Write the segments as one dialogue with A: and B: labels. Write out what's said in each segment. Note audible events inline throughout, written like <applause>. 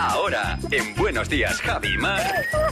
A: Ahora, en Buenos días, Javi y Mar,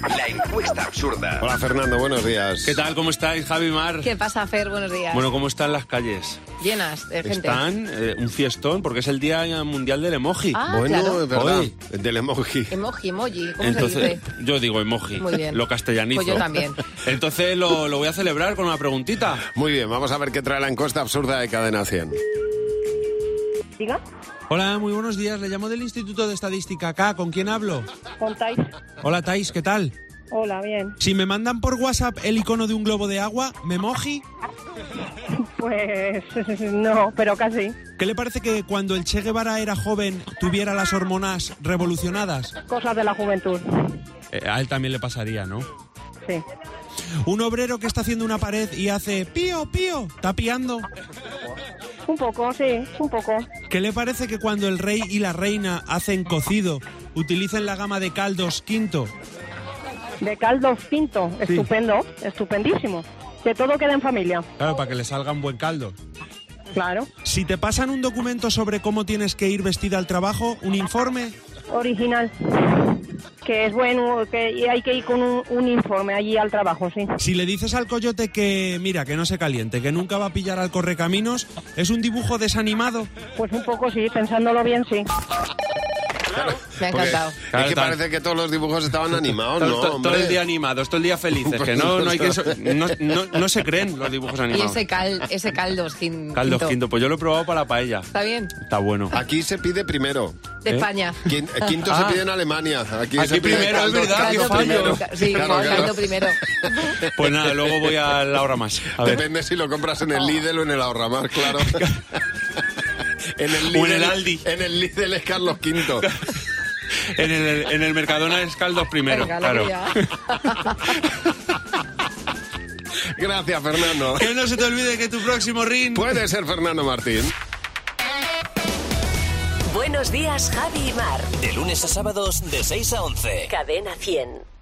A: la encuesta absurda.
B: Hola Fernando, buenos días.
C: ¿Qué tal? ¿Cómo estáis, Javi Mar?
D: ¿Qué pasa, Fer? Buenos días.
C: Bueno, ¿cómo están las calles?
D: Llenas de gente.
C: Están eh, un fiestón porque es el Día Mundial del Emoji.
D: Ah,
B: bueno,
D: claro.
B: es verdad.
C: Hoy.
B: Del emoji.
D: Emoji, emoji, ¿cómo se
C: Entonces,
D: dice?
C: yo digo emoji,
D: Muy bien.
C: lo castellanizo.
D: Pues yo también.
C: Entonces lo, lo voy a celebrar con una preguntita.
B: Muy bien, vamos a ver qué trae la encuesta absurda de Cadena 100.
E: Diga,
F: Hola, muy buenos días. Le llamo del Instituto de Estadística acá. ¿Con quién hablo?
E: contáis.
F: Hola, Tais, ¿qué tal?
E: Hola, bien.
F: Si me mandan por WhatsApp el icono de un globo de agua, ¿me moji?
E: Pues <laughs> no, pero casi.
F: ¿Qué le parece que cuando el Che Guevara era joven tuviera las hormonas revolucionadas?
E: Cosas de la juventud.
C: Eh, a él también le pasaría, ¿no?
E: Sí.
F: Un obrero que está haciendo una pared y hace pío, pío, tapiando.
E: Un poco, sí, un poco.
F: ¿Qué le parece que cuando el rey y la reina hacen cocido, utilicen la gama de caldos quinto?
E: De caldo pinto. Estupendo, estupendísimo. Que todo quede en familia.
C: Claro, para que le salga un buen caldo.
E: Claro.
F: Si te pasan un documento sobre cómo tienes que ir vestida al trabajo, un informe,
E: Original. Que es bueno, que y hay que ir con un, un informe allí al trabajo, sí.
F: Si le dices al coyote que, mira, que no se caliente, que nunca va a pillar al correcaminos, es un dibujo desanimado.
E: Pues un poco, sí, pensándolo bien, sí.
D: Me ha encantado.
B: Porque
C: Claro,
B: es que
C: tal.
B: parece que todos los dibujos estaban animados,
C: todo,
B: ¿no?
C: todo-
B: hombre?
C: todo el día animados, todo el día
B: <laughs>
C: felices. Que no, no, hay que so- no, no- no se creen los dibujos
D: Y
C: animados.
D: ese, cal, ese caldo quin-
C: Caldo
D: quinto.
C: quinto, pues yo lo he probado para la paella.
D: ¿Está bien?
C: Está bueno.
B: Aquí se pide primero.
D: De
C: ¿Eh?
D: España.
B: Quin- Quinto
C: Ah.
B: se pide en Alemania. Aquí,
C: Aquí
B: se pide
C: primero,
B: caldo,
C: es verdad,
B: caldo
C: yo fallo.
B: primero.
D: Sí,
B: Claro, claro.
D: caldo primero.
C: Pues nada, luego voy a la hora más. A ver.
B: Depende si lo compras en el Lidl o en el Ahorramar,
C: <laughs>
B: claro. en el
C: O en el Aldi.
B: En el Lidl es Carlos V.
C: En el, en el Mercadona es caldos primero,
D: Venga, la
C: claro.
D: mía.
B: Gracias, Fernando.
C: <laughs> Que no se te olvide que tu próximo ring...
B: Puede ser Fernando Martín.
G: Buenos días, Javi y Mar.
H: De lunes a sábados de 6 a 11.
G: Cadena 100.